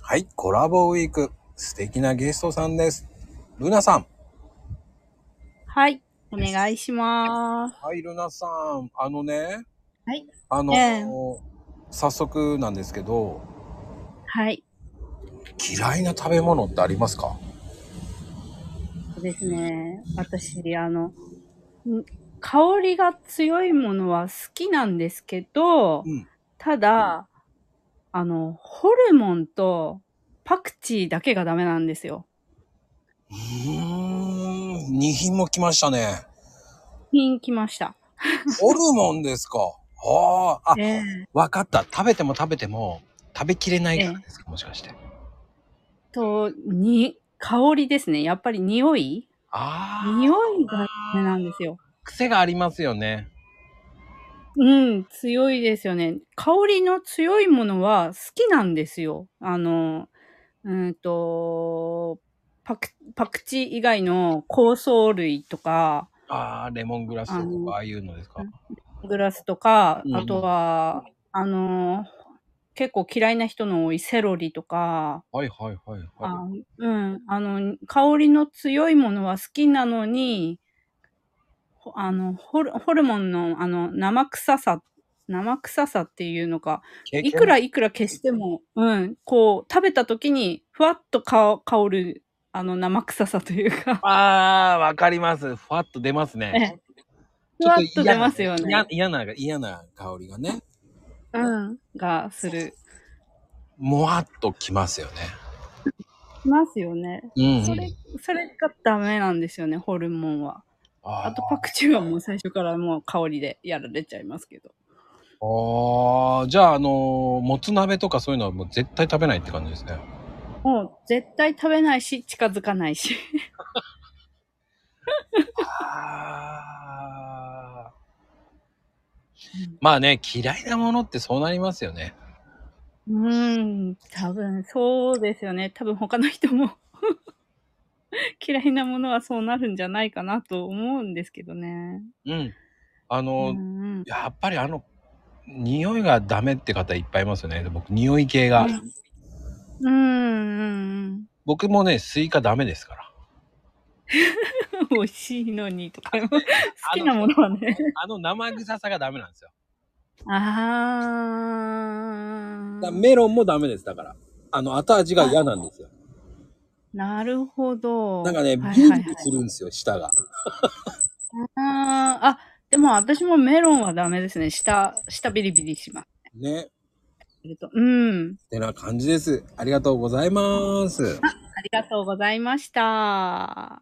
はい、コラボウィーク。素敵なゲストさんです。ルナさん。はい。お願いします。はい、ルナさん。あのね。はい。あの、ええ早速なんですけど、はい。嫌いな食べ物ってありますかそうですね。私、あの、ん香りが強いものは好きなんですけど、うんただ、あの、ホルモンとパクチーだけがダメなんですよ。うーん、2品も来ました ね。ピン来ました。ホルモンですか。ああ、あ、ええわかった。食べても食べても食べきれないからですか、もしかして。と、に、香りですね。やっぱり匂いああ、匂いがダメなんですよ。癖がありますよね。うん、強いですよね。香りの強いものは好きなんですよ。あの、うーんと、パク、パクチー以外の香草類とか、ああ、レモングラスあとのか、ああいうのですか。グラスとかう、んあとは、あの、結構嫌いな人の多いセロリとか、はいはいはいはあうん、あの、香りの強いものは好きなのに、ほあの、ホルホルモンの、あの、生臭さ、生臭さっていうのか、い。経験いくらいくら消しても、うん、こう、食べた時に、ふわっとか香る、あの、生臭さというか、ああ、わかります。ふわっと出ますね。ふわっと出ますよちょっねと。嫌な嫌嫌な、嫌な香りがね。うん。がする。もわっときますよね。しますよね。うん、うそれん。、それがダメなんですよね、ホルモンは。ああと、パクチーはもう最初からもう香りでやられちゃいますけど。ああ、じゃあ、あのーもつ鍋とかそういうのはもう絶対食べないって感じですね。もう、絶対食べないし、近づかないし。ああ。うんまあね、嫌いなものってそうなりますよね。うん、多分、そうですよね。多分他の人も 嫌いなものはそうなるんじゃないかなと思うんですけどね。うん。あの、うんうんやっぱりあの、匂いがダメって方いっぱいいますよね。で僕、匂い系が。うんうんうん僕もね、スイカダメですから。うん。美味しいのにとか。好きなものはね。あの生臭さがダメなんですよ。ああ。メロンもダメです、だから。あの、後味が嫌なんですよ。なるほど。なんかね、ビはいリはいビはいリするんですよ、舌が。あーあ、でも私もメロンはダメですね。下、下ビリビリします。ね。するとうん。ってな感じです。ありがとうございます。ありがとうございました。